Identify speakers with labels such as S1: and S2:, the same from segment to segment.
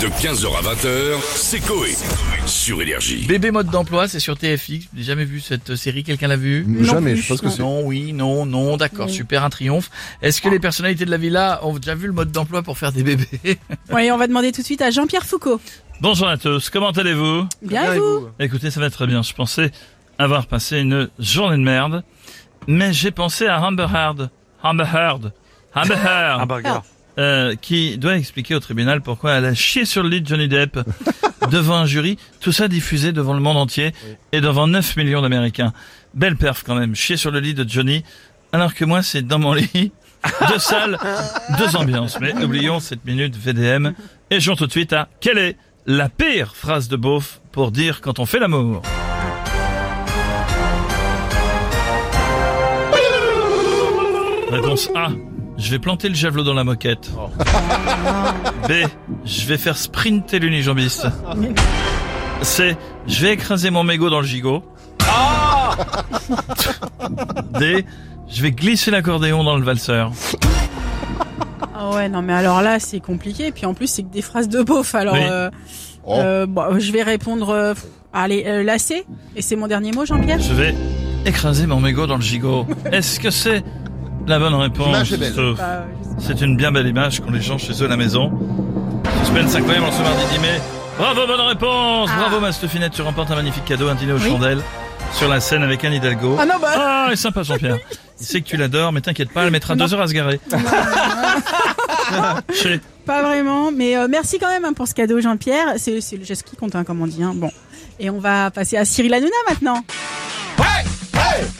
S1: De 15h à 20h, c'est Coé. Sur Énergie.
S2: Bébé mode d'emploi, c'est sur TFX. J'ai jamais vu cette série. Quelqu'un l'a vu
S3: Jamais,
S4: plus,
S3: je pense que
S4: non.
S3: c'est.
S2: Non, oui, non, non. D'accord, super, un triomphe. Est-ce que les personnalités de la villa ont déjà vu le mode d'emploi pour faire des bébés
S4: Oui, on va demander tout de suite à Jean-Pierre Foucault.
S5: Bonjour à tous, comment allez-vous
S4: Bien, et vous
S5: Écoutez, ça va très bien, je pensais avoir passé une journée de merde, mais j'ai pensé à Amber Heard, Amber Heard, Amber Heard, euh, qui doit expliquer au tribunal pourquoi elle a chié sur le lit de Johnny Depp devant un jury, tout ça diffusé devant le monde entier et devant 9 millions d'Américains. Belle perf quand même, chier sur le lit de Johnny, alors que moi c'est dans mon lit, deux salles, deux ambiances. Mais oublions cette minute VDM et jouons tout de suite à quelle est la pire phrase de beauf pour dire quand on fait l'amour Réponse A. Je vais planter le javelot dans la moquette. B. Je vais faire sprinter l'unijambiste. C. Je vais écraser mon mégot dans le gigot. D. Je vais glisser l'accordéon dans le valseur.
S4: Ah ouais, non mais alors là, c'est compliqué. Puis en plus, c'est que des phrases de beauf. Alors,
S5: Oui.
S4: euh,
S3: Oh.
S4: euh, bon, je vais répondre... euh, pff, allez, euh, lacé. Et c'est mon dernier mot, Jean-Pierre
S5: Je vais écraser mon mégot dans le gigot. Est-ce que c'est la bonne réponse
S3: L'image est belle.
S5: Steph
S4: Bah, je sais
S5: C'est une bien belle image qu'ont les gens chez eux à la maison. Suspense incroyable en ce mardi 10 mai. Bravo, bonne réponse Bravo, ma Stéphinette, tu remportes un magnifique cadeau, un dîner aux
S4: Oui.
S5: chandelles sur la scène avec Anne Hidalgo.
S4: pas. Ah non, bah...
S5: Ah, elle est sympa Jean-Pierre. Il sait que tu l'adores, mais t'inquiète pas, elle mettra deux heures à se garer. Chez-
S4: Ah, Pas vraiment, mais euh, merci quand même hein, pour ce cadeau, Jean-Pierre. C'est c'est le geste qui compte, hein, comme on dit. hein. Bon, et on va passer à Cyril Hanouna maintenant.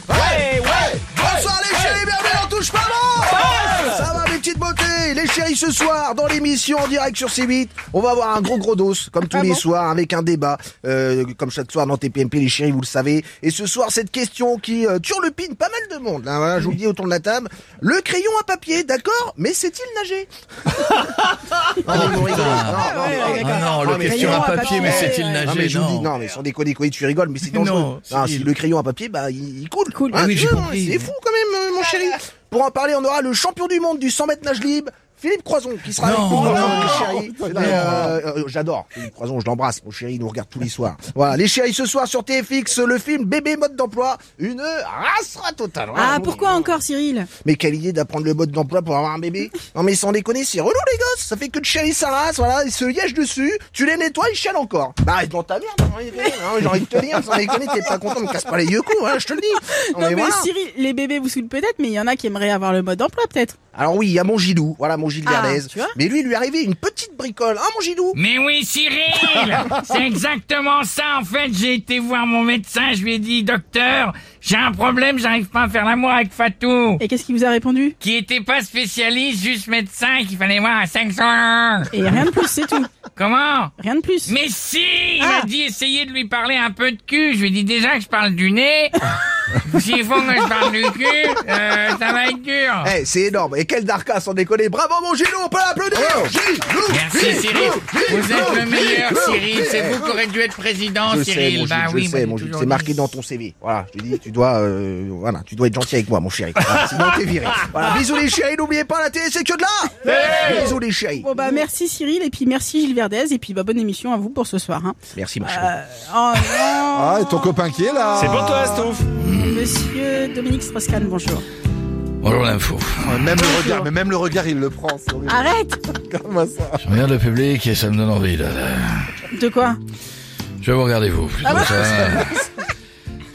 S6: Bonsoir les chéris, bienvenue dans Touche pas bon Ça va mes petites beautés Les chéris, ce soir, dans l'émission en direct sur C8, on va avoir un gros gros dos, comme tous
S4: Ah
S6: les
S4: bon
S6: soirs, avec un débat, euh, comme chaque soir dans TPMP, les chéris, vous le savez. Et ce soir, cette question qui euh, turlupine pas mal de monde, hein, voilà, je vous le dis autour de la table. Le crayon à papier, d'accord, mais sait-il nager Non, mais vous rigolez. Non, non,
S4: ouais,
S6: mais-
S4: ouais,
S2: Ah non, le
S6: mais
S2: question à
S6: crayon
S4: à
S2: papier,
S4: papier,
S2: mais
S4: ouais,
S2: c'est-il
S4: ouais.
S6: non mais
S2: nager
S6: je vous dis,
S2: Non.
S6: non mais sans déconner quoi, tu rigoles mais c'est
S2: Non,
S6: dangereux. Ah,
S2: Cyril.
S6: si le crayon à papier bah il, il coule.
S4: Coule.
S2: Ah oui, j'ai
S6: tu vois,
S2: compris.
S6: C'est fou quand même euh, mon chéri. Pour en parler on aura le champion du monde du 100 mètres nage libre. Philippe Croison qui sera avec
S2: Non.
S6: nous, euh,
S2: Non. Oh,
S6: mon chéri. Mais, euh, euh, J'adore Philippe Croison, je l'embrasse. Mon chéri, il nous regarde tous les soirs. Voilà, les chéris, ce soir sur TFX, le film Bébé mode d'emploi, une rasera totale. Voilà, je
S4: Ah,
S6: vous
S4: pourquoi encore, Cyril
S6: mais quelle idée d'apprendre le mode d'emploi pour avoir un bébé Non mais sans déconner, c'est relou les gosses Ça fait que de chialer sa race, voilà, ils se liègent dessus, tu les nettoies, ils chialent encore Bah arrête dans ta merde, hein, j'ai envie de te dire, sans déconner, t'es pas content, me casse pas les yeux coups, hein, je te le dis Non,
S4: Non mais,
S6: mais voilà.
S4: Cyril, les bébés vous saoulent peut-être, mais il y en a qui aimeraient avoir le mode d'emploi peut-être.
S6: Alors oui, il y a mon Gilou, voilà mon Gilles
S4: Ah,
S6: Verdez.
S4: tu vois
S6: Mais lui, il lui est arrivé une petite bricole, hein mon Gilou
S7: Mais oui, Cyril C'est exactement ça, en fait. J'ai été voir mon médecin, je lui ai dit, docteur, j'ai un problème, j'arrive pas à faire l'amour avec Fatou,
S4: Et qu'est-ce qu'il vous a répondu
S7: qui était pas spécialiste, juste médecin, et qu'il fallait voir à 500
S4: Et rien de plus, c'est tout.
S7: Comment
S4: Rien de plus.
S7: mais si Il
S4: Ah.
S7: a dit essayez de lui parler un peu de cul. Je lui ai dit déjà que je parle du nez. S'il faut que je parle du cul, euh, ça va être dur.
S6: Eh, c'est énorme, et quel darka, sans déconner Bravo mon Gilou, on peut l'applaudir Gilou
S7: Oh. Merci
S6: Gilou,
S7: Cyril.
S6: Gilou,
S7: Vous êtes le
S6: Gilou,
S7: meilleur
S6: Gilou,
S7: Cyril. C'est
S6: Gilou.
S7: vous qui aurez dû être président
S6: Je sais,
S7: Cyril.
S6: mon Gilles,
S7: bah
S6: je
S7: oui, moi,
S6: sais,
S7: j'ai
S6: mon Gilles.
S7: toujours
S6: C'est marqué
S7: dit.
S6: dans ton CV. Voilà, je te dis, tu dois, euh, voilà, tu dois être gentil avec moi, mon chéri. Voilà, Sinon, t'es viré. Voilà, bisous les chéris, n'oubliez pas la télé, c'est que de là. Bisous les chéris.
S4: Bon bah merci Cyril et puis merci Gilles Verdez et puis bah bonne émission à vous pour ce soir. Hein.
S6: Merci, ma chérie.
S4: Euh, oh non
S3: Ah, et ton copain qui est là
S5: C'est pour toi, Stouff
S4: Monsieur Dominique Strauss-Kahn, bonjour.
S2: Bonjour l'info.
S3: Ouais, Même le regard, mais même le regard, il le prend. c'est horrible.
S4: Arrête
S3: Comment ça
S2: Je regarde le public et ça me donne envie. là.
S4: De quoi
S2: Je vais vous regarder vous. plutôt, ça.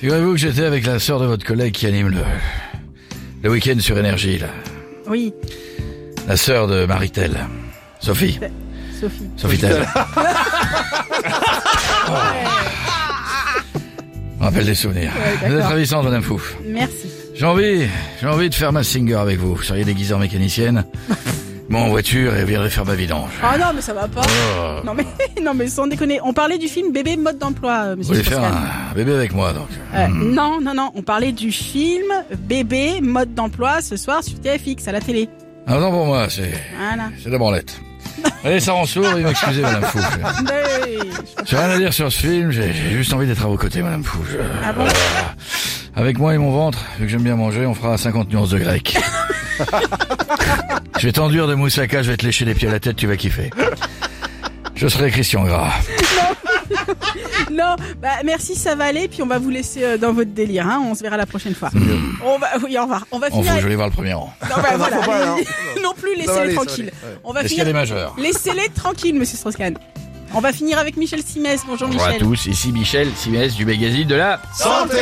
S2: Figurez-vous que j'étais avec la sœur de votre collègue qui anime le, le week-end sur Énergie. Là.
S4: Oui,
S2: La sœur de Maritel. Sophie.
S4: Sophie.
S2: Sophie Tell. On rappelle des souvenirs.
S4: Ouais,
S2: Vous êtes
S4: d'accord.
S2: ravissant, madame Fouf.
S4: Merci.
S2: J'ai envie, j'ai envie de faire ma singer avec vous. Vous seriez déguisée en mécanicienne. Moi en voiture et vous viendrez faire ma vidange.
S4: Ah non mais ça va pas.
S2: Oh.
S4: Non mais non mais sans déconner, on parlait du film Bébé mode d'emploi, euh,
S2: Vous voulez
S4: Monsieur
S2: faire Hmm.
S4: Strauss-Kahn.
S2: un bébé avec moi, donc.
S4: Euh, Non non non, on parlait du film Bébé mode d'emploi ce soir sur TFX à la télé.
S2: Ah non, pour moi, c'est,
S4: Voilà.
S2: c'est la branlette. Allez, ça rend sourd, et m'excusez, madame Fouf.
S4: Bah Mais-
S2: J'ai rien à dire sur ce film, j'ai j'ai juste envie d'être à vos côtés, madame Fouf. Je-
S4: Ah bon
S2: Avec moi et mon ventre, vu que j'aime bien manger, on fera 50 nuances de grec. je vais t'enduire de moussaka, je vais te lécher les pieds à la tête, tu vas kiffer. Je serai Christian Gras.
S4: Non, bah, merci, ça va aller. Puis on va vous laisser euh, dans votre délire. hein. On se verra la prochaine fois. On va, oui, au revoir. On va
S2: On
S4: finir.
S2: faut que
S4: avec-
S2: je vais voir le premier rang.
S4: Non, bah, voilà.
S3: faut pas, non.
S4: non plus,
S3: Ça
S4: laissez-les
S3: va aller, ça va
S4: tranquilles.
S3: aller, ouais.
S4: On va
S2: Est-ce qu'il y a
S4: finir.
S2: des majeurs
S4: Laissez-les tranquilles, monsieur Strauss-Kahn. On va finir avec Michel Simès. Bonjour,
S2: Bonjour à
S4: Michel.
S2: tous, ici Michel Simès du magazine de la
S3: Santé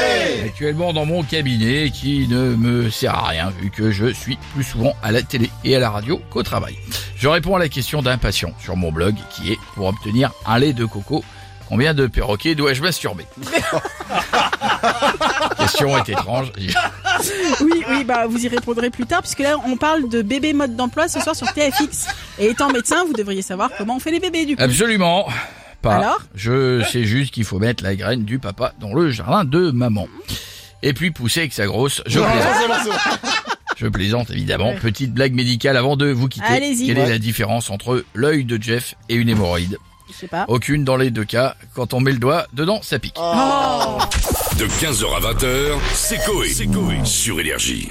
S2: actuellement dans mon cabinet qui ne me sert à rien vu que je suis plus souvent à la télé et à la radio qu'au travail. Je réponds à la question d'un patient sur mon blog qui est pour obtenir un lait de coco. Combien de perroquets dois-je masturber Question est étrange.
S4: Oui, oui, bah vous y répondrez plus tard, puisque là on parle de bébé mode d'emploi ce soir sur TFX. Et étant médecin, vous devriez savoir comment on fait les bébés du coup.
S2: Absolument pas.
S4: Alors
S2: Je sais juste qu'il faut mettre la graine du papa dans le jardin de maman. Et puis pousser avec sa grosse. Je plaisante.
S4: Oh
S2: Je plaisante évidemment. Petite blague médicale avant de vous quitter.
S4: Allez-y.
S2: Quelle
S4: Ouais.
S2: est la différence entre l'œil de Jeff et une hémorroïde
S4: Je sais
S3: Oh.
S4: pas.
S2: Aucune dans les deux cas. Quand on met le doigt dedans, ça pique.
S4: Oh.
S1: De 15h à 20h, c'est Coé. Sur Énergie.